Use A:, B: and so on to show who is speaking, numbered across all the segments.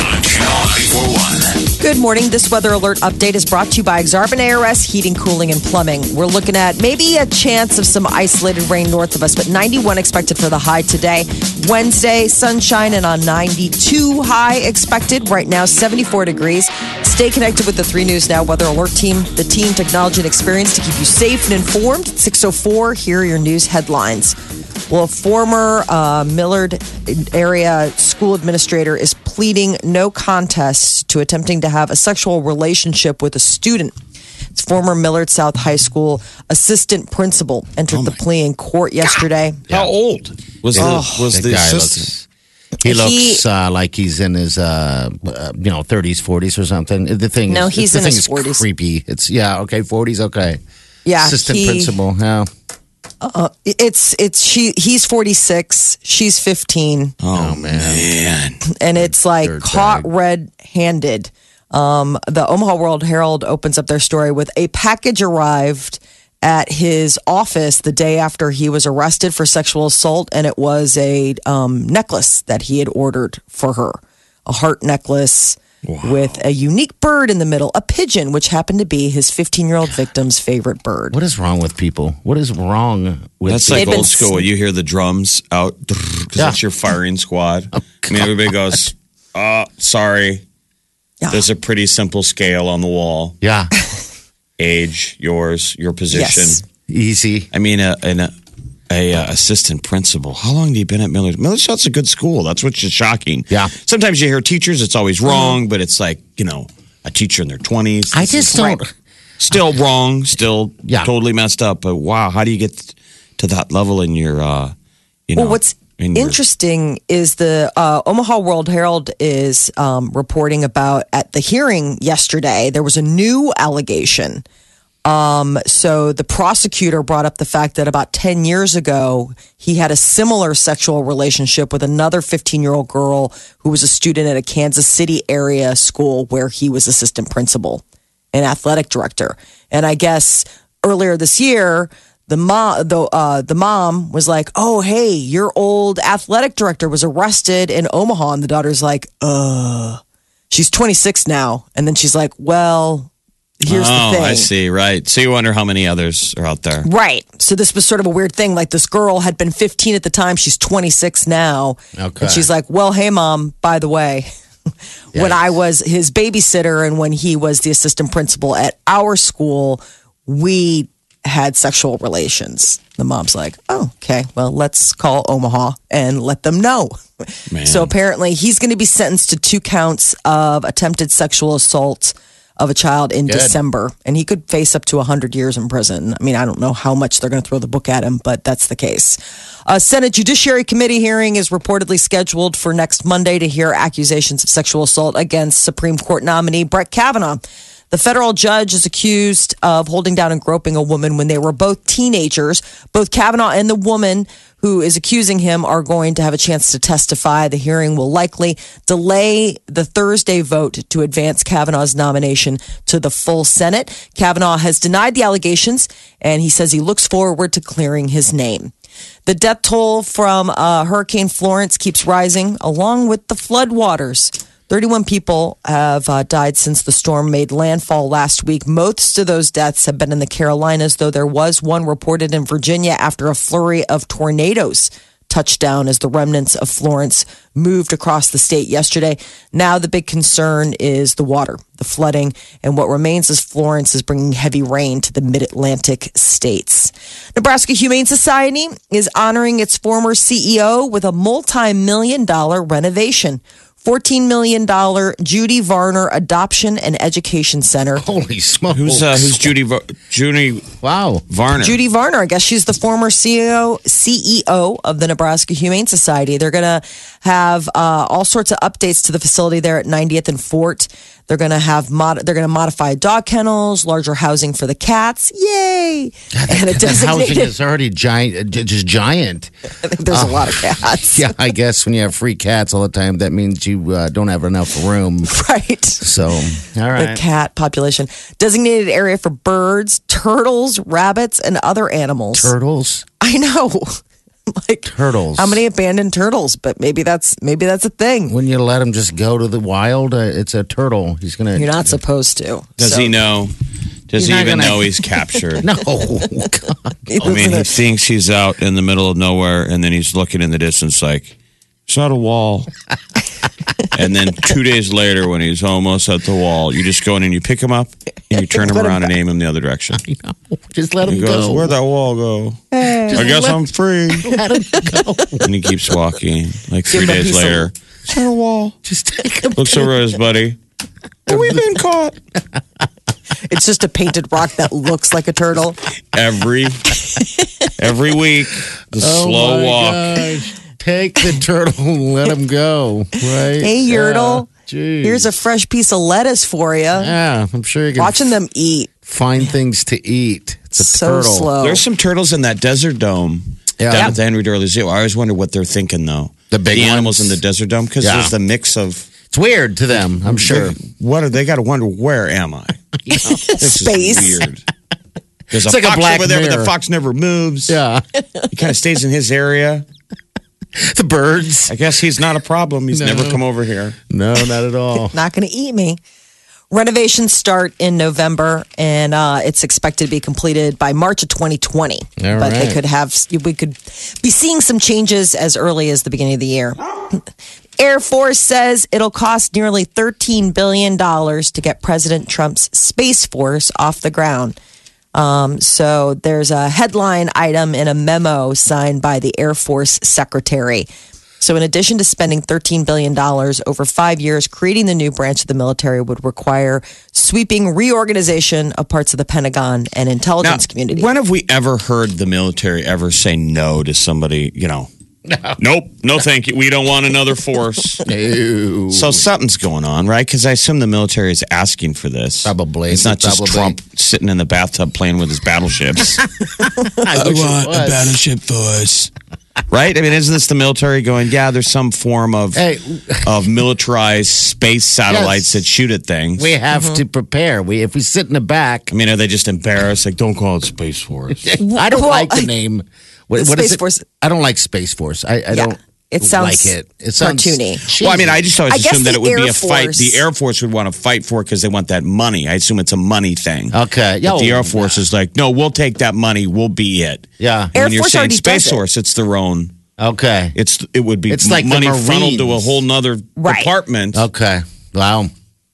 A: on Channel 941.
B: Good morning. This weather alert update is brought to you by Exarban ARS Heating, Cooling, and Plumbing. We're looking at maybe a chance of some isolated rain north of us, but 91 expected for the high today. Wednesday, sunshine and on 92 high expected. Right now, 74 degrees. Stay connected with the 3 News Now Weather Alert Team, the team, technology, and experience to keep you safe and informed. 604, here are your news headlines. Well, a former uh, Millard area school administrator is pleading no contest to attempting to have a sexual relationship with a student. It's former Millard South High School assistant principal entered
C: Oh
B: the plea in court yesterday.
D: How old was the Oh, was
C: That
D: the
C: guy
D: assistant?
C: He,
B: He-
C: looks uh, like he's in his, uh, uh, you know, 30s, 40s or something. The thing
B: No,
C: is,
B: he's
C: the
B: in
C: thing
B: his
C: is
B: 40s.
C: creepy. It's yeah, okay, 40s, okay.
B: Yeah,
C: assistant
B: he-
C: principal. Yeah,
B: It's it's she he's 46, she's 15.
C: oh, man,
A: Man,
B: and it's like
C: Dirtbag.
B: caught red-handed. Um, the Omaha World Herald opens up their story with a package arrived at his office the day after he was arrested for sexual assault, and it was a um, necklace that he had ordered for her, a heart necklace. With a unique bird in the middle, a pigeon, which happened to be his 15 year old victim's favorite bird.
C: what is wrong with people? What is wrong with
D: That's
C: people?
D: like
B: They've been
D: old school. You hear the drums out because
C: Yeah. Oh,
D: that's your firing squad. I mean, everybody goes, "Uh, sorry."
B: Yeah.
D: There's a pretty simple scale on the wall:
C: yeah,
D: age, yours, your position.
B: Yes.
C: easy.
D: I mean, a, an a, uh assistant principal. How long have you been at Millard? Millard South's a good school. That's what's just shocking.
C: Yeah. Uh-huh.
D: Sometimes you hear teachers, it's always wrong, but it's like you know, a teacher in their twenties.
C: I just don't.
D: still wrong, still
C: Yeah.
D: totally messed up. But wow, how do you get to that level in your, uh, you know?
B: Well, what's
D: in your-
B: interesting is the uh, Omaha World Herald is um, reporting about at the hearing yesterday, there was a new allegation. Um, so the prosecutor brought up the fact that about 10 years ago, he had a similar sexual relationship with another 15 year old girl who was a student at a Kansas City area school where he was assistant principal and athletic director. And I guess earlier this year, the mom, the uh, the mom was like, "Oh, hey, your old athletic director was arrested in Omaha," and the daughter's like, "Uh, she's 26 now," and then she's like, "Well, here's
D: oh,
B: the thing."
D: I see. Right. So you wonder how many others are out there.
B: Right. So this was sort of a weird thing. Like this girl had been 15 at the time. She's 26 now.
C: Okay.
B: And she's like, well, hey, mom, by the way, when I was his babysitter and when he was the assistant principal at our school, we had sexual relations. The mom's like, oh, okay, well, let's call Omaha and let them know. So apparently he's going to be sentenced to two counts of attempted sexual assault of a child in
C: Good.
B: December, and he could face up to 100 years in prison. I mean, I don't know how much they're going to throw the book at him, but that's the case. A Senate Judiciary Committee hearing is reportedly scheduled for next Monday to hear accusations of sexual assault against Supreme Court nominee Brett Kavanaugh. The federal judge is accused of holding down and groping a woman when they were both teenagers. Both Kavanaugh and the woman who is accusing him are going to have a chance to testify. The hearing will likely delay the Thursday vote to advance Kavanaugh's nomination to the full Senate. Kavanaugh has denied the allegations and he says he looks forward to clearing his name. The death toll from uh, Hurricane Florence keeps rising, along with the floodwaters. 31 people have uh, died since the storm made landfall last week. Most of those deaths have been in the Carolinas, though there was one reported in Virginia after a flurry of tornadoes touched down as the remnants of Florence moved across the state yesterday. Now the big concern is the water, the flooding, and what remains is Florence is bringing heavy rain to the mid-Atlantic states. Nebraska Humane Society E is honoring its former CEO with a multi-million dollar renovation. $14 million Judy Varner Adoption and Education Center.
C: Holy smokes!
D: Who's uh, who's Judy Var- Judy
C: Wow.
D: Varner?
B: Judy Varner, I guess she's the former E CEO CEO of the Nebraska Humane Society. They're going to have uh, all sorts of updates to the facility there at 90th and Fort. They're going to have mod- they're going to modify dog kennels, larger housing for the cats. Yay! and a
C: The housing
B: designated.
C: is already giant, uh, j- just giant.
B: I think there's a lot of cats.
C: Ah, Yeah, I guess when you have free cats all the time, that means you uh, don't have enough room.
B: Right.
C: So, all
B: the
C: right.
B: cat population. Designated area for birds, turtles, rabbits, and other animals.
C: Turtles.
B: I know. like
C: Turtles.
B: How many abandoned turtles? But maybe that's maybe that's a thing.
C: When you let him just go to the wild, uh, it's a turtle. He's gonna.
B: You're not supposed to.
D: Does he know?
C: He's
D: Does he
C: not
D: even
C: gonna-
D: know he's captured?
C: No. God.
D: I mean, he thinks he's out in the middle of nowhere, and then he's looking in the distance like, it's not a wall. and then two days later, when he's almost at the wall, you just go in and you pick him up, and you turn him around and aim him the other direction.
C: Just let him
D: He goes,
C: go.
D: where'd that wall go? I guess I'm free. and he keeps walking. Like three
B: Give him a
D: days
B: piece of-
D: later, it's not a wall.
C: Just take him.
D: Looks over at his buddy. "Oh, We've been caught.
B: It's just a painted rock that looks like a turtle.
D: Every every week, the slow
C: Oh my
D: walk.
C: gosh. Take the turtle and let him go. Right.
B: Hey, Yertle.
C: Yeah. Jeez.
B: Here's a fresh piece of lettuce for you.
C: Yeah, I'm sure you can
B: Watching them eat
C: find things to eat. It's a
B: so
C: turtle.
B: slow.
D: There's some turtles in that desert dome
C: Yeah.
D: down at the Henry Dorley Zoo. I always wonder what they're thinking, though.
C: The big
D: animals in
C: ones?
D: the desert dome because
C: Yeah.
D: there's the mix of
C: It's weird to them, I'm sure.
D: What are they? Got to wonder where am I? This is
B: space.
D: weird. There's
C: It's
D: a
C: like a
D: fox
C: Black
D: over there, but
C: Mirror.
D: the fox never moves.
C: Yeah.
D: He kind of stays in his area.
C: the birds.
D: I guess he's not a problem. He's never come over here.
C: No, not at all.
B: not going to eat me. Renovations start in November, and uh, it's expected to be completed by March of 2020.
C: All
B: but they
C: right.
B: could have we could be seeing some changes as early as the beginning of the year. Air Force says it'll cost nearly 13 billion dollars to get President Trump's space force off the ground. Um, so there's a headline item in a memo signed by the Air Force Secretary. So, in addition to spending $13 billion over five years, creating the new branch of the military would require sweeping reorganization of parts of the Pentagon and intelligence community.
D: when have we ever heard the military ever say no to somebody? You know, nope, no, thank you. We don't want another force.
C: Ew.
D: So something's going on, right? Because I assume the military is asking for this.
C: Probably.
D: It's not just
C: Probably.
D: Trump sitting in the bathtub playing with his battleships.
C: I wish it was.
D: battleship force. Right? I mean, isn't this the military going, yeah, there's some form of
C: Hey.
D: of militarized space
C: Yes.
D: satellites that shoot at things?
C: We have
B: Mm-hmm.
C: to prepare. We if we sit in the back,
D: I mean, are they just embarrassed? Like, don't call it Space Force.
C: I don't
B: Well,
C: like the
B: I-
C: name. What,
B: The
C: what is
B: Space
C: it?
B: Force-
C: I don't like Space Force. I, I
B: Yeah.
C: don't.
B: It sounds
C: like it. It sounds
B: cartoony.
C: cheesy.
D: Well, I mean, I just always
B: I guess
D: assumed that
B: the
D: it would be
B: Air
D: a fight.
B: Force-
D: The Air Force would want to fight for it because they want that money. I assume it's a money thing.
B: Oh,
C: Okay.
D: But the
C: Yeah.
D: Air Force is like, no, we'll take that money. We'll be it.
C: yeah.
B: Air
D: when you're
B: Force
D: saying
B: already
D: Space
B: does it.
D: Force, it's their own.
C: Okay.
D: It's it would be
C: It's like the
D: money funneled to a
C: Marines.
D: whole nother
B: Right.
D: department.
C: Okay. Wow.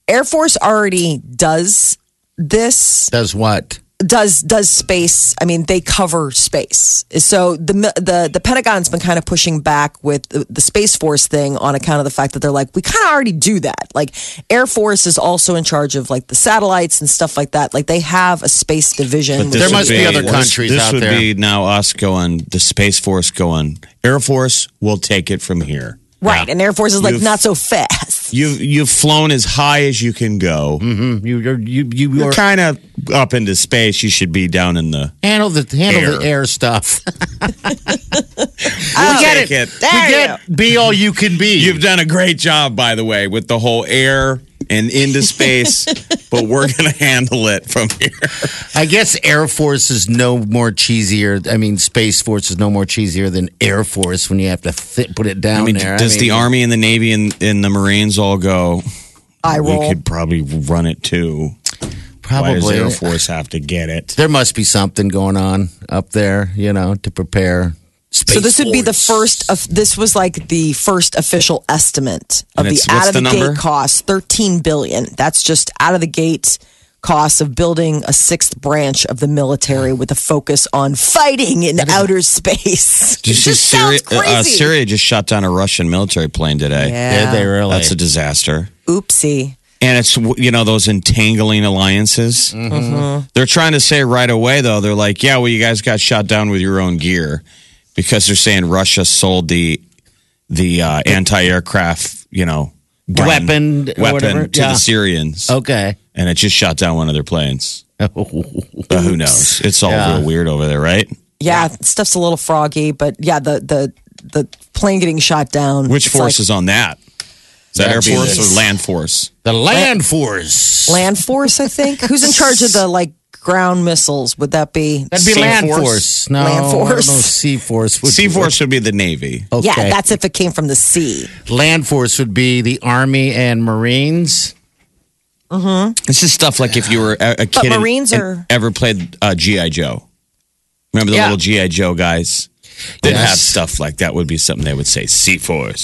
B: Air Force already does this.
C: Does what?
B: does does space i mean they cover space so the the the pentagon's been kind of pushing back with the, the space force thing on account of the fact that they're like we kind of already do that like air force is also in charge of like the satellites and stuff like that like they have a space division
D: But this
C: There
D: would
C: must be other countries
D: this, this
C: out
D: would
C: there.
D: be now us going the space force going air force will take it from here
B: right and air force is like
D: You've-
B: not so fast
D: you've you've flown as high as you can go
C: Mm, You you're, you you
D: you're
C: you're,
D: kind of up into space you should be down in the
C: handle the handle the air stuff. we get
D: take it.
C: We get be all you can be.
D: you've done a great job by the way with the whole air and into space but we're gonna handle it from here
C: I guess Air Force is no more cheesier. I mean, Space Force is no more cheesier than Air Force when you have to th- put it down
D: i mean
C: there.
D: does the
C: mean,
D: army and the navy and, and the marines all go
B: i
D: we
B: roll
D: could probably run it too why does
C: probably
D: air force have to get it
C: there must be something going on up there, you know, to prepare. Space
B: so this would be the
C: Force.
B: first of this was like the first official estimate of
D: And
B: the
D: it's-
B: out
D: what's
B: of the,
D: the
B: gate
D: number?
B: cost 13 billion that's just out of the gate costs of building a sixth branch of the military with a focus on fighting in outer space.
D: Did you
B: It
D: see
B: just
D: Syria?
B: sounds
D: Uh,
B: crazy.
D: Syria just shot down a Russian military plane today.
C: Did they really?
D: That's a disaster.
B: Oopsie.
D: And it's, you know, those entangling alliances.
C: Mm-hmm.
D: They're trying to say right away, though, they're like, yeah, well, you guys got shot down with your own gear because they're saying Russia sold the the uh, anti aircraft, you know, gun-
C: Weapon or whatever.
D: weapon to
C: Yeah. Oh.
D: the Syrians.
C: okay.
D: And it just shot down one of their planes. But who knows? It's all
C: Yeah.
D: real weird over there, right?
B: Yeah, stuff's a little froggy, but yeah, the the the plane getting shot down.
D: Which
B: it's
D: force
B: like
D: is on that? Is that Air
C: That'd be
D: Force
C: the-
D: or Land Force?
C: The land force.
B: land force? I think who's in charge of the like ground missiles? Would that be?
C: That'd be
D: Sea
C: land force.
D: force?
C: No,
B: Land
C: I
B: force.
C: don't know, sea force. would-
D: Sea Force would be the Navy.
C: Okay.
B: Yeah, that's if it came from the sea.
C: land force would be the army and marines.
D: This is stuff like if you were a, a kid. and-
B: Marines
D: and
B: are-
D: ever played uh, GI Joe. Remember the
C: Yeah.
D: little GI Joe guys? They'd
C: Yes.
D: have stuff like that. Would be something they would say. Sea Force.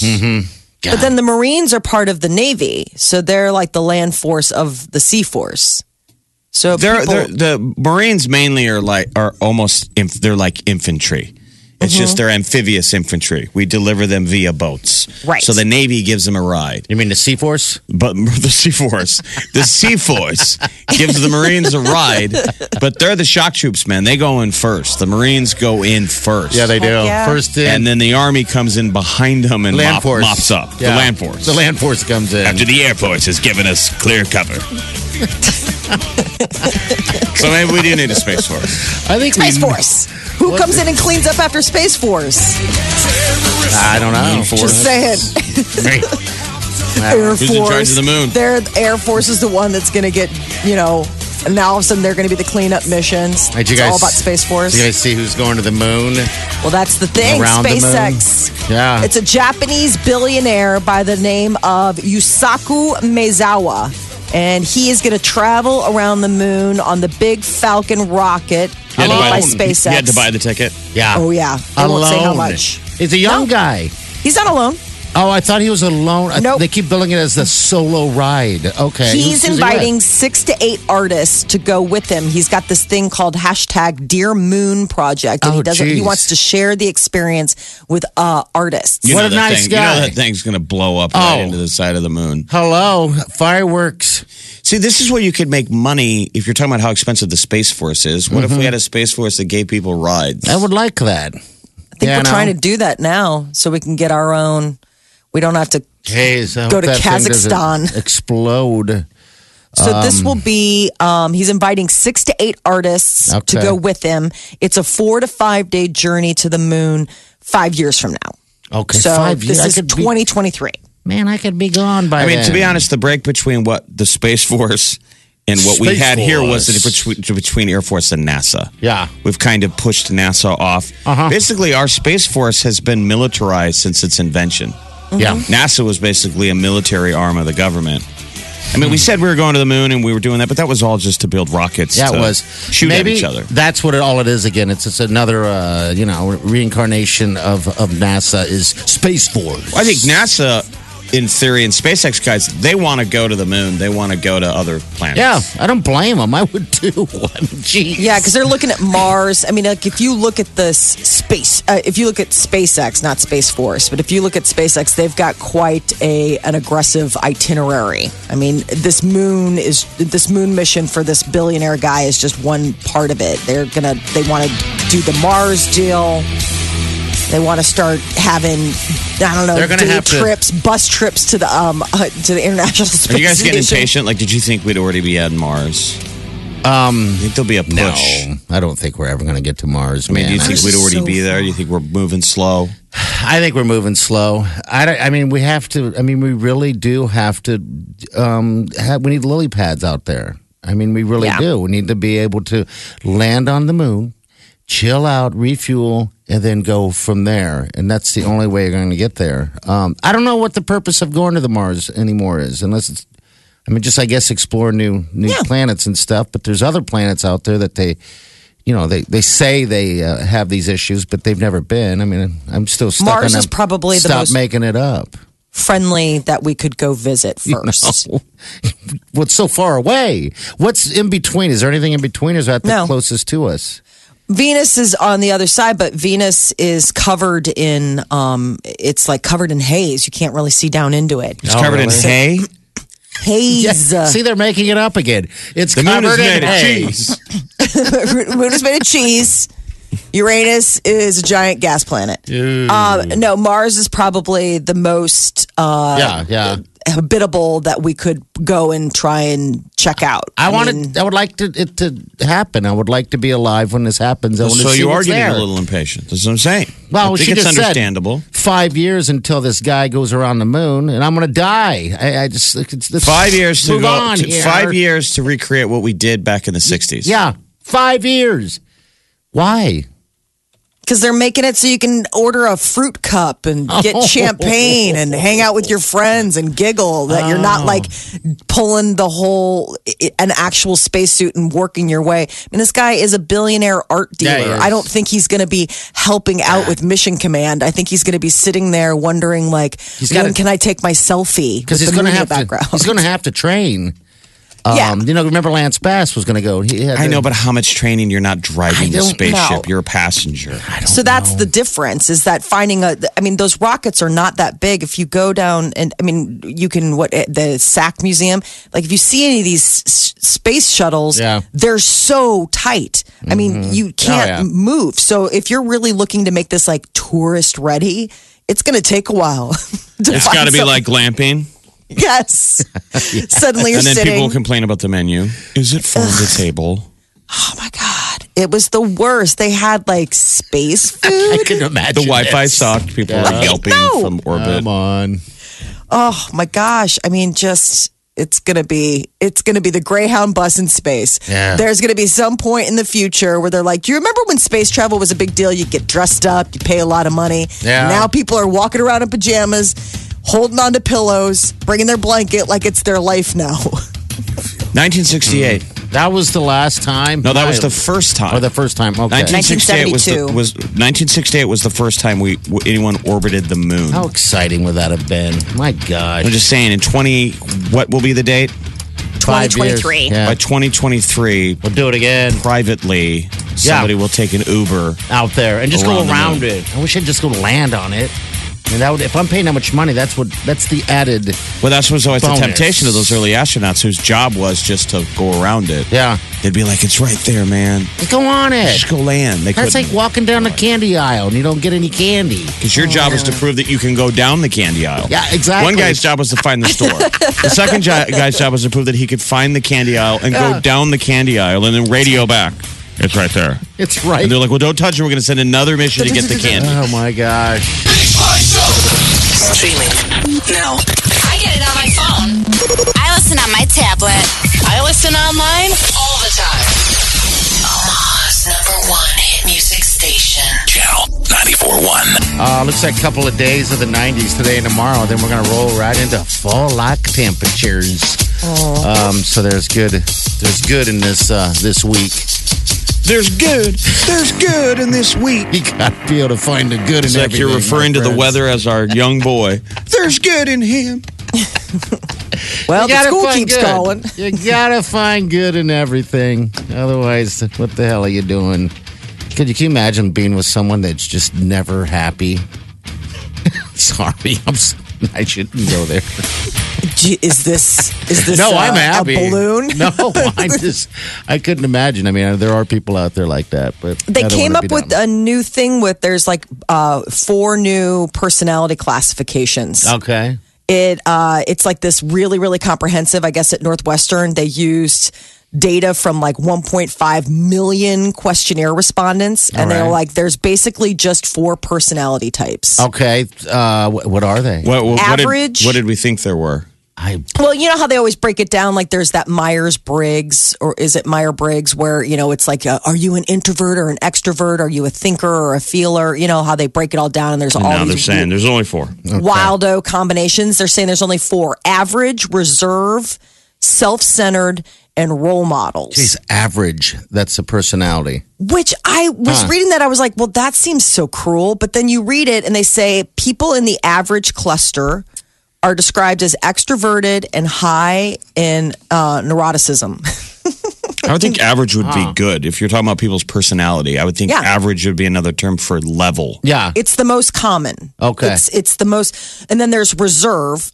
B: But then the Marines are part of the Navy, so they're like the land force of the sea force. So
D: They're,
B: people-
D: they're, the Marines mainly are like are almost inf- they're like infantry. It's
B: Mm-hmm.
D: just they're amphibious infantry. We deliver them via boats.
B: Right.
D: So the Navy gives them a ride.
C: You mean the sea force?
D: but the Sea Force, the Sea Force gives the Marines a ride, but they're the shock troops, man. They go in first. The Marines go in first.
C: Yeah, they do.
B: yeah.
C: First in
D: and then the Army comes in behind them and
C: land
D: mop-
C: force
D: mops up.
C: Yeah.
D: The Land Force.
C: The land force comes in.
D: After the Air Force has given us clear cover. so maybe we do need a Space Force.
C: I think
B: Space
C: we-
B: Force. Who comes in and cleans up after Space Force?
C: I don't know.
B: Just saying. Air
D: Who's in charge of the moon?
B: They're, Air Force is the one that's going to get, you know, and now all of a sudden they're going to be the cleanup missions.
C: Did you
B: it's
C: guys,
B: all about Space Force.
C: Did you guys see who's going to the moon?
B: well, that's the thing.
C: Around the moon.
B: SpaceX.
C: Yeah.
B: It's a Japanese billionaire by the name of Yusaku Maezawa. And he is going to travel around the moon on the big Falcon rocket
D: You had to
B: owned by
D: buy the-
B: SpaceX.
D: You had to buy the ticket.
C: Yeah.
B: oh, yeah. I
C: alone.
B: won't say how much.
C: He's a young guy.
B: He's not alone.
C: Oh, I thought he was alone. I-
B: Nope.
C: They keep billing it as the solo ride. Okay.
B: He's
C: Who's- who's he
B: inviting
C: with?
B: six to eight artists to go with him. He's got this thing called hashtag Dear Moon Project, and
C: Oh,
B: he doesn't. He
C: geez.
B: wants to share the experience with uh, artists.
D: You
C: What
D: know
C: a
D: that
C: nice
D: thing, You
C: guy.
D: know that thing's going to blow up right
C: Oh.
D: into the side of the moon.
C: Hello, fireworks.
D: See, this is where you could make money if you're talking about how expensive the Space Force is. What if we had a Space Force that gave people rides?
C: I would like that.
B: I think
C: Yeah,
B: we're
C: no.
B: trying to do that now, so we can get our own. We don't have to.
C: Jeez, I
B: Go
C: hope
B: to
C: that thing doesn't
B: Kazakhstan.
C: Explode.
B: So this will be. Um, he's inviting six to eight artists to
C: Okay.
B: go with him. It's a four to five day journey to the moon. Five years from now.
C: Okay,
B: So
C: five years.
B: this
C: I
B: is
C: could be-
B: 2023.
C: man, I could be gone by.
D: I mean, to be
C: then.
D: honest, the break between what the Space Force and what we
C: Space
D: had here was the
C: Force.
D: difference between- between Air Force and NASA.
C: Yeah.
D: We've kind of pushed NASA off.
C: Uh-huh.
D: Basically, our Space Force has been militarized since its invention.
C: yeah.
D: NASA was basically a military arm of the government. I
C: Hmm.
D: mean, we said we were going to the moon and we were doing that, but that was all just to build rockets.
C: Yeah,
D: to
C: it was.
D: Shoot
C: Maybe
D: at each other.
C: That's what it, all it is again. It's it's another uh, you know reincarnation of of NASA is Space Force.
D: I think NASA, in theory, and SpaceX guys, they want to go to the moon. They want to go to other planets.
C: Yeah, I don't blame them. I would too. I mean, Jeez.
B: Yeah, because they're looking at Mars. I mean, like if you look at this space, uh, if you look at SpaceX, not Space Force, but if you look at SpaceX, they've got quite a an aggressive itinerary. I mean, this moon is this moon mission for this billionaire guy is just one part of it. They're gonna they want to do the Mars deal. They want to start having I don't know
C: They're gonna
B: day
C: have to-
B: trips, bus trips to the um uh, to the international space.
D: Are you guys getting
B: Station.
D: impatient? Like, did you think we'd already be on Mars? Um, I think there'll be a push.
C: No, I don't think we're ever going to get to Mars,
D: I mean,
C: man.
D: do you think
B: Mars
D: we'd
B: is
D: already
B: so
D: be there? Do you think we're moving slow?
C: I think we're moving slow. I, don't- I mean, we have to. I mean, we really do have to. Um, have, we need lily pads out there. I mean, we really
B: Yeah.
C: do. We need to be able to land on the moon, chill out, refuel, and then go from there. And that's the only way you're going to get there. Um, I don't know what the purpose of going to the Mars anymore is, unless it's. I mean, just I guess explore new new
B: Yeah.
C: planets and stuff. But there's other planets out there that they. You know, they, they say they uh, have these issues, but they've never been. I mean, I'm still stuck
B: Mars
C: on
B: is
C: them.
B: probably the
C: Stop
B: most-
C: making it up.
B: Friendly that we could go visit first.
C: No. what's so far away? What's in between? Is there anything in between? Is that the
B: No.
C: closest to us?
B: Venus is on the other side, but Venus is covered in um, it's like covered in haze. You can't really see down into it.
D: It's
C: Oh,
D: covered in hay.
C: Yeah.
B: Haze.
C: See, they're making it up again. It's
D: The moon
C: covered in
D: is made of
C: hay.
D: cheese.
B: Moon is made of cheese. Uranus is a giant gas planet. Uh, no, Mars is probably the most uh,
C: Yeah, yeah.
B: habitable that we could go and try and check out.
C: I
B: mean,
C: wanted. I would like to, it to happen. I would like to be alive when this happens. I want to
D: So
C: see
D: you are
C: what's
D: getting
C: there.
D: a little impatient. That's what I'm saying.
C: Well,
D: I think
C: she
D: it's
C: just said
D: understandable.
C: five years until this guy goes around the moon, and I'm going to die. I, I just it's, it's,
D: five years to
C: move
D: go.
C: on
D: to-
C: here.
D: Five years to recreate what we did back in the '60s.
C: Yeah, five years. Why?
B: Because they're making it so you can order a fruit cup and get champagne and hang out with your friends and giggle that you're
C: Oh.
B: not like pulling the whole i- an actual spacesuit and working your way. I mean, this guy is a billionaire art
C: Yeah, he
B: dealer.
C: is.
B: I don't think he's going to be helping out with Mission Command. I think he's going to be sitting there wondering like,
C: gotta-
B: when can I take my selfie?
C: Because
B: with
C: he's
B: the
C: going
B: moon
C: to
B: in
C: have
B: the
C: to.
B: background.
C: He's going to have to train. Um,
B: Yeah.
C: You know, remember Lance Bass was going to go. He had
D: I
C: to-
D: know, but how much training? You're not driving the
C: don't
D: spaceship.
B: know.
D: You're a passenger.
B: So that's the difference is that finding a, I mean, those rockets are not that big. If you go down and, I mean, you can, what, at the SAC Museum, like if you see any of these s- space shuttles,
C: Yeah.
B: they're so tight. I
D: Mm-hmm.
B: mean,
D: Oh,
B: you can't
C: yeah.
B: move. So if you're really looking to make this like tourist ready, it's going to take a while. to
D: It's
B: find
D: got to be
B: something.
D: like glamping,
B: yes. Suddenly you're
D: and then people
B: sitting.
D: will complain about the menu. Is it from the table?
B: oh my God. It was the worst. They had like space food.
C: I couldn't imagine
D: The Wi-Fi
C: this.
D: sucked. People
C: Yeah. Um,
D: are yelping
B: No.
D: from orbit.
C: Come on.
B: Oh my gosh. I mean, just it's gonna be it's gonna be the Greyhound bus in space.
C: Yeah.
B: There's gonna be some point in the future where they're like, Do you remember when space travel was a big deal? You get dressed up, you pay a lot of money.
C: Yeah.
B: Now people are walking around in pajamas, holding onto pillows, bringing their blanket like it's their life now.
D: 1968.
C: That was the last time.
D: No, that was the
C: Right.
D: first time.
C: or Oh, the first time. Okay.
D: 1968 was, the,
B: 1972.
D: was 1968 was the first time we w- anyone orbited the moon.
C: How exciting would that have been? My
D: I'm
C: gosh.
D: just saying, in 20, what will be the date?
C: Five years.
B: 2023.
C: Yeah.
D: By 2023,
C: We'll do it again
D: privately, somebody will take an Uber.
C: out there and just
D: Around
C: go
D: the
C: around
D: moon.
C: it. I wish I'd just go land on it. And that would, if I'm paying that much money, that's what that's the added.
D: Well, that's was always
C: Bonus.
D: the temptation of those early astronauts whose job was just to go around it.
C: Yeah,
D: They'd be like, it's right there, man.
C: just go on it.
D: Just go land. They
C: That's like
D: couldn't.
C: walking down the candy aisle and you don't get any candy.
D: Because your job is to prove that you can go down the candy aisle.
C: Yeah, exactly.
D: One guy's job was to find the store. the second jo- guy's job was to prove that he could find the candy aisle and
B: Oh.
D: go down the candy aisle and then radio back. It's right there.
C: It's right.
D: And they're like, well, don't touch it. We're going to send another mission to get the candy.
C: Oh my gosh!
E: Streaming now.
F: I get it on my phone. I listen on my tablet.
E: I listen online all the time. Omaha's number one hit music station.
A: Channel 94.1.
C: Uh, looks like a couple of days of the 90s today and tomorrow. Then we're gonna roll right into fall-like temperatures. Um, so there's good, there's good in this uh, this week.
D: There's good. There's good in this week.
C: You gotta be able to find the good in
D: It's like
C: everything.
D: you're
C: my
D: referring to the
C: friends.
D: weather as our young boy. There's good in him.
B: Well, the
C: gotta
B: school
C: find
B: keeps
C: good.
B: calling.
C: You gotta find good in everything. Otherwise, what the hell are you doing? Could you, can you imagine being with someone that's just never happy? Sorry, I'm. s- I shouldn't go there.
B: Gee, Is this is this
C: No,
B: uh,
C: I'm happy.
B: a balloon?
C: No, I just. I couldn't imagine. I mean, there are people out there like that, but
B: They
C: I don't
B: came
C: wanna
B: up
C: be
B: with
C: them.
B: a new thing with there's like uh, four new personality classifications.
C: Oh, okay.
B: it uh, it's like this really really comprehensive i guess at northwestern they used data from like 1.5 million questionnaire respondents and they were like there's basically just four personality
D: Oh.
B: types
C: Okay. Uh, wh- what are they?
D: What, what, what did-
B: Average.
D: What did, we think there were?
C: I
B: Well, you know how they always break it down like there's that Myers Briggs, or is it Meyer Briggs, where, you know, it's like, uh, are you an introvert or an extrovert? Are you a thinker or a feeler? You know how they break it all down and there's all
D: now they're
B: these
D: saying there's only four.
B: wildo combinations. They're saying there's only four average, reserve, self centered, and role models.
C: is average. That's a personality.
B: Which I was reading that, I was like, well, that seems so cruel. But then you read it and they say people in the average cluster are described as extroverted and high in uh, neuroticism.
D: I would think average would be good if you're talking about people's personality. I would think
B: Yeah.
D: average would be another term for level.
C: Yeah.
B: It's the most common.
C: Okay.
B: It's it's the most and then there's reserve.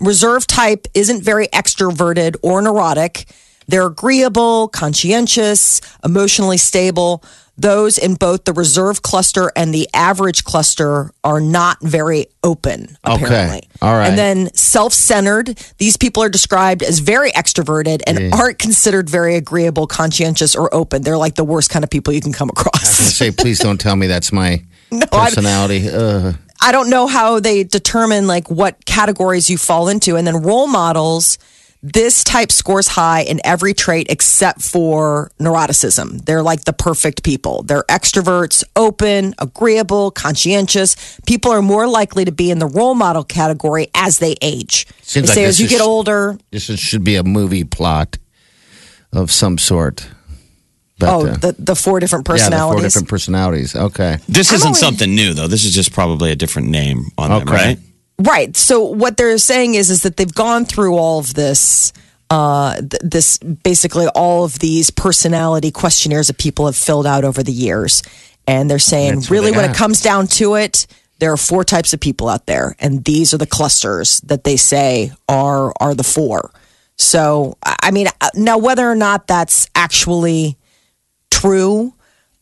B: Reserve type isn't very extroverted or neurotic. They're agreeable, conscientious, emotionally stable. Those in both the reserve cluster and the average cluster are not very open,
C: Okay.
B: apparently.
C: All right.
B: And then self centered, these people are described as very extroverted and aren't considered very agreeable, conscientious, or open. They're like the worst kind of people you can come across.
C: Say, please don't tell me that's my
B: I-
C: personality. Ugh.
B: I don't know how they determine like what categories you fall into. And then role models, this type scores high in every trait except for neuroticism. They're like the perfect people. They're extroverts, open, agreeable, conscientious. People are more likely to be in the role model category as they age.
C: Seems
B: they
C: like
B: say
C: this
B: as you
C: is-
B: get older,
C: This is- should be a movie plot of some sort. But,
B: oh,
C: uh,
B: the, the four different
C: yeah, the
B: personalities.
C: four different personalities. Okay.
D: This isn't
B: only-
D: something new though. This is just probably a different name on them,
C: Okay.
D: right?
B: Right. So what they're saying is is that they've gone through all of this uh th- this basically all of these personality questionnaires that people have filled out over the years and they're saying really when it comes down to it there are four types of people out there and these are the clusters that they say are are the four. So I I mean uh, now whether or not that's actually true.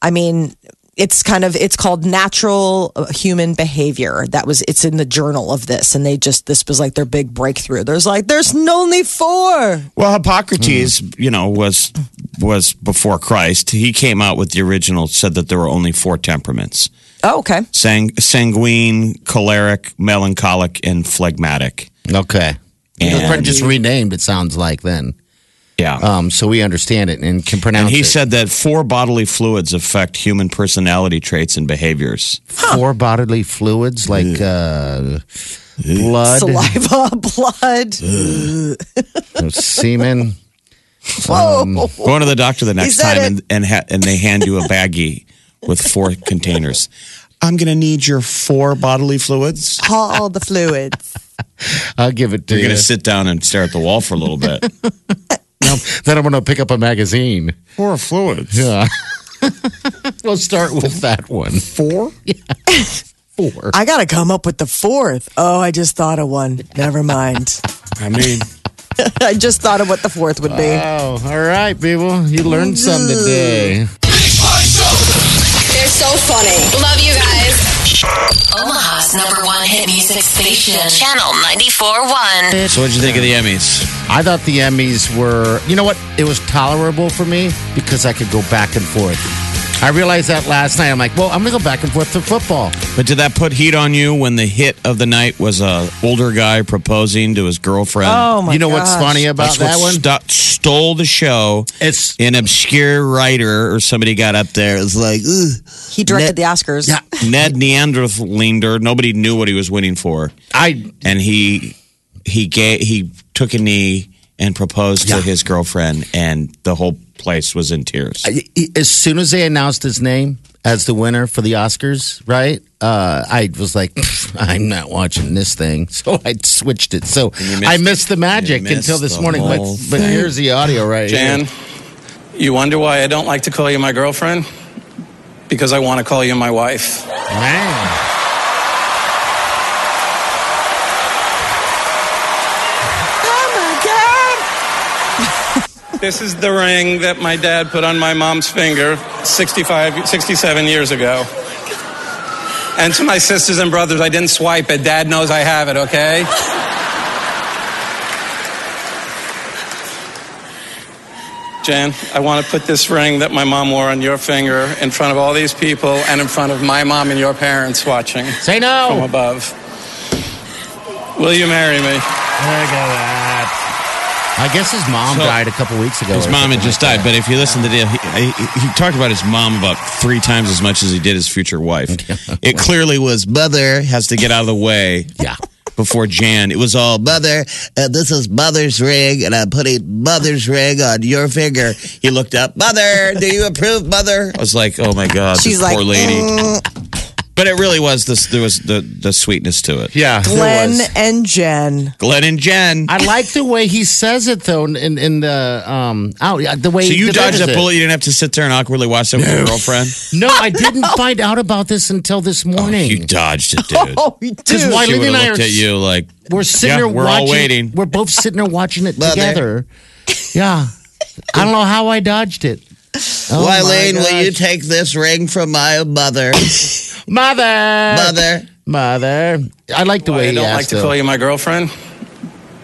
B: I mean, it's kind of it's called natural uh, human behavior. That was it's in the journal of this, and they just this was like their big breakthrough. There's like there's only four.
D: Well, Hippocrates, you know, was was before Christ. He came out with the original said that there were only four temperaments:
B: Oh, okay.
D: sang- sanguine, choleric, melancholic, and phlegmatic.
C: Okay. It was probably just renamed, it sounds like, then.
D: Yeah.
C: Um, so we understand it and can pronounce
D: and he
C: it.
D: said that four bodily fluids affect human personality traits and behaviors.
C: four bodily fluids like uh, blood,
B: Saliva, blood.
C: semen.
B: Whoa.
C: um.
D: Going to the doctor the next
B: said
D: time and and, ha- and they hand you a baggie with four containers. I'm going to need your four bodily fluids.
B: all the fluids.
C: I'll give it to
D: You're
C: you.
D: going to sit down and stare at the wall for a little bit.
C: then I'm going to pick up a magazine.
D: Four fluids.
C: Yeah. we'll start with that one. Four? Yeah. Four.
B: I gotta come up with the fourth. Oh, I just thought of one. Never mind.
D: I mean,
B: I just thought of what the fourth would be.
C: Oh, all right, people. You learned some today.
F: They're so funny. Love you guys.
E: Omaha's number one hit music station. Channel 94.1.
D: so what'd you think of the Emmys?
C: I thought the Emmys were, you know what? It was tolerable for me because I could go back and forth. I realized that last night. I'm like, well, I'm going to go back and forth to football.
D: But did that put heat on you when the hit of the night was a older guy proposing to his girlfriend?
B: Oh my!
C: you know what's
B: gosh.
C: funny about
D: That's what
C: that one?
D: sto- stole the show.
C: It's-
D: an obscure writer or somebody got up there. It was like "Ugh."
B: He directed the Oscars.
C: Yeah.
D: Ned Neanderthaler. Nobody knew what he was winning for,
C: I
D: and he he gave he took a knee and proposed to his girlfriend, and the whole place was in tears.
C: as soon as they announced his name as the winner for the Oscars, right? Uh, I was like, I'm not watching this thing, so I switched it. So
D: you
C: I
D: missed
C: missed the magic
D: You missed
C: until this
D: the
C: morning. But,
D: whole
C: but
D: thing.
C: here's the audio right
G: Jan,
C: here.
G: you wonder why I don't like to call you my girlfriend? Because I want to call you my wife.
C: Man.
B: Oh
G: This is the ring that my dad put on my mom's finger 65, 67 years ago. And to my sisters and brothers, I didn't swipe it. Dad knows I have it, okay? Jan, I want to put this ring that my mom wore on your finger in front of all these people and in front of my mom and your parents watching
C: Say
G: from
C: no.
G: above. Will you marry me?
C: Look at that. I guess his mom
D: So-
C: died a couple weeks ago.
D: His
C: or
D: mom
C: something
D: had just
C: like
D: died, but if you listen to the, he, he, he talked about his mom about three times as much as he did his future wife. It clearly was mother has to get out of the way.
C: Yeah.
D: Before Jan, it was all mother. Uh, this is mother's ring, and I'm putting mother's ring on your finger. He looked up, mother. Do you approve, mother? I was like, oh my god,
B: She's
D: this
B: like,
D: poor lady. But it really was this. There was the the sweetness to it.
C: Yeah, there
B: Glenn
C: was.
B: and Jen.
D: Glenn and Jen.
C: I like the way he says it though, in in, in the um out the way.
D: so
C: he
D: you dodged
C: delivers
D: a
C: it.
D: bullet. You didn't have to sit there and awkwardly watch that with your girlfriend.
C: No, I didn't find out about this until this morning.
D: Oh, You dodged it, dude.
B: Oh, we
C: Because
B: do.
C: why-
D: she
C: Eileen
D: would have
C: and I
D: looked
C: are
D: at you like
C: We're sitting
D: Yeah,
C: there.
D: we're all
C: watching,
D: waiting.
C: We're both sitting there watching it together. Yeah, I don't know how I dodged it. Oh my gosh.
H: take this ring from my mother?
C: mother?
H: Mother.
C: mother. I like the way
G: I
C: he
G: don't like
C: asked
G: to call you my girlfriend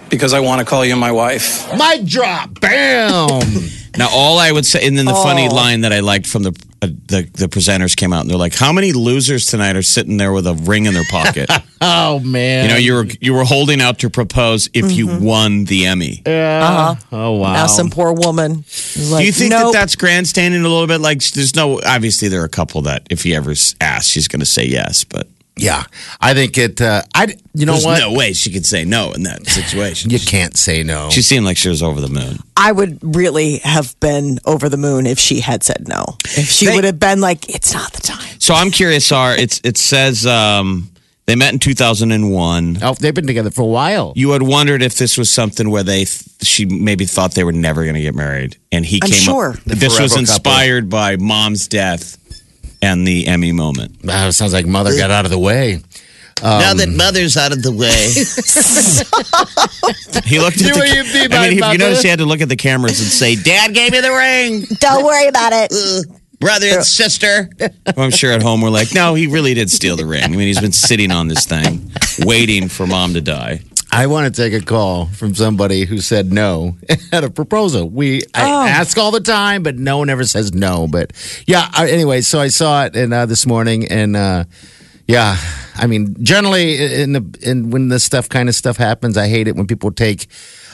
G: because I want to call you my wife.
C: though. Mic drop. Bam.
D: Now, all I would say, and then the funny
B: Oh.
D: line that I liked from the, uh, the the presenters came out, and they're like, "How many losers tonight are sitting there with a ring in their pocket?"
C: oh man.
D: you know, you were you were holding out to propose if
B: Mm-hmm.
D: you won the Emmy.
C: Oh wow.
B: Now some poor woman. is Like,
D: Do you think
B: nope.
D: that that's grandstanding a little bit? Like, there's no obviously there are a couple that if he ever s- asks, she's going to say yes, but
C: Yeah, I think it. Uh, I. You know
D: there's
C: what?
D: no way she could say no in that situation.
C: You can't say no.
D: she seemed like she was over the moon.
B: I would really have been over the moon if she had said no. If she would have been like, it's not the time.
D: So I'm curious, are it's it says um, they met in 2001.
C: oh, they've been together for a while.
D: you had wondered if this was something where they th- she maybe thought they were never going to get married and he
B: I'm
D: came
B: sure.
D: up this was
C: forever
D: inspired by mom's death and the emmy moment
C: Wow, it sounds like mother got out of the way.
H: now that
C: Um,
H: mother's out of the way.
D: he looked
C: Do
D: at the,
C: what you mean
D: i mean
C: by
D: if you
C: mother.
D: notice he had to look at the cameras and say dad gave me the ring
B: Don't worry about it.
H: Brother and sister.
D: Well, i'm sure at home we're like no he really did steal the ring i mean he's been sitting on this thing waiting for mom to die
C: I want to take a call from somebody who said no at a proposal. We
B: Oh.
C: I ask all the time, but no one ever says no. But yeah, I, anyway, so I saw it and uh, this morning, and uh, yeah, I mean, generally in the in when this stuff kind of stuff happens, I hate it when people take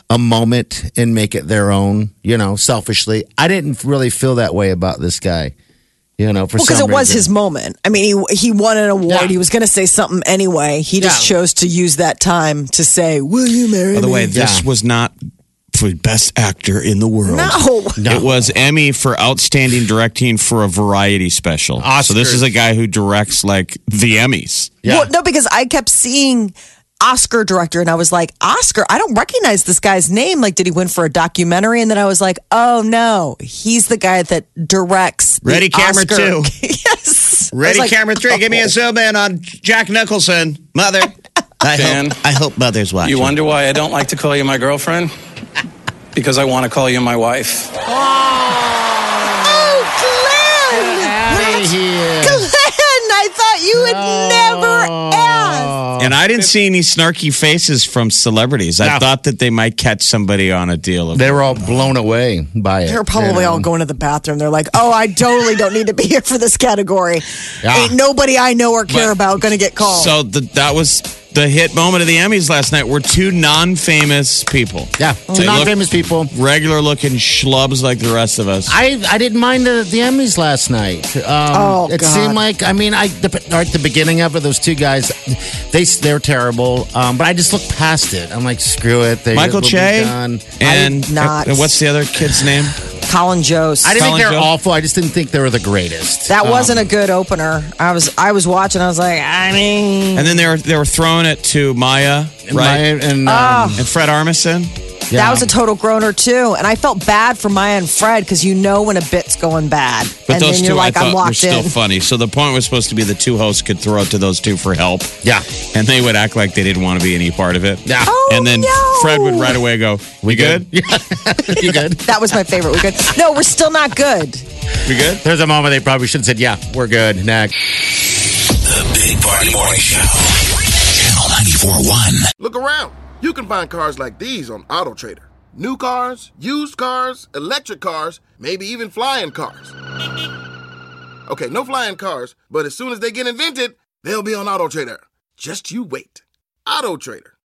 C: a moment and make it their own. You know, selfishly, I didn't really feel that way about this guy. You know, for
B: Well, because it
C: some
B: was
C: reason.
B: his moment. I mean, he he won an award.
C: Yeah.
B: He was going to say something anyway. He just
C: Yeah.
B: chose to use that time to say, "Will you marry
D: by the
B: me?"
D: way this
C: Yeah.
D: was not for best actor in the world
B: no.
D: It was Emmy for outstanding directing for a variety special. So this is a guy who directs like the Emmys.
C: Yeah.
B: Well, no, because I kept seeing Oscar director, and I was like, Oscar, I don't recognize this guy's name. Like, did he win for a documentary? And then I was like, oh no, he's the guy that directs. the
D: Ready, camera
B: Oscar.
D: two.
B: yes. I was
H: Ready,
B: like, oh.
H: camera three. Give me a zoom in on Jack Nicholson. Mother. I
G: Dan.
H: hope, I hope mother's watching.
G: You wonder why I don't like to call you my girlfriend? Because I want to call you my wife.
B: Oh, Glenn!
C: Outta here.
B: Glenn, I thought you would never
H: Uh,
B: ask.
D: And I didn't see any snarky faces from celebrities. I
C: No.
D: thought that they might catch somebody on a deal. Of,
C: They were all blown away by it.
B: They're probably
C: you know?
B: all going to the bathroom. They're like, "Oh, I totally don't need to be here for this category.
C: Yeah.
B: Ain't nobody I know or care
D: But-
B: about going to get called."
D: so the, that was the hit moment of the Emmys last night. Were two non-famous people.
C: Yeah,
B: Oh,
D: They
C: to non
D: look
C: famous people.
D: Regular-looking schlubs like the rest of us.
C: I, I didn't mind the, the Emmys last night. Um,
B: Oh,
C: it
B: God.
C: seemed like I mean I the, or at the beginning of it those two guys they they're terrible. Um, but I just looked past it. I'm like screw it. They,
D: Michael
C: we'll be
D: Che
C: done.
D: and
B: not.
D: and what's the other kid's name?
B: Colin Jost.
C: I didn't think
D: Colin
C: they're
D: Jost?
C: awful. I just didn't think they were the greatest. Um,
B: That
D: Um,
B: wasn't a good opener. I was I was watching. I was like, I mean,
D: And then they were they were throwing it to Maya,
C: Um,
D: right?
C: my- and um,
D: And Fred Armisen.
C: yeah.
B: Oh, that was a total groaner too. And I felt bad for Maya and Fred because you know when a bit's going bad,
D: But
B: and
D: those
B: then
D: two
B: you're like,
D: I
B: I'm
D: thought were
B: locked
D: still
B: in.
D: funny. So the point was supposed to be the two hosts could throw it to those two for help,
C: yeah.
D: and they would act like they didn't want to be any part of it.
C: Yeah.
B: Oh,
D: and then
B: no.
D: Fred would right away go, "We good?
C: you good?
B: that was my favorite. We're good. No, we're still not good.
D: We good?"
C: There's a moment they probably should have said yeah we're good next.
A: The Big Party Morning Show. Channel 94.1.
I: Look around. You can find cars like these on AutoTrader. New cars, used cars, electric cars, maybe even flying cars. Okay, no flying cars, but as soon as they get invented, they'll be on AutoTrader. Just you wait. AutoTrader.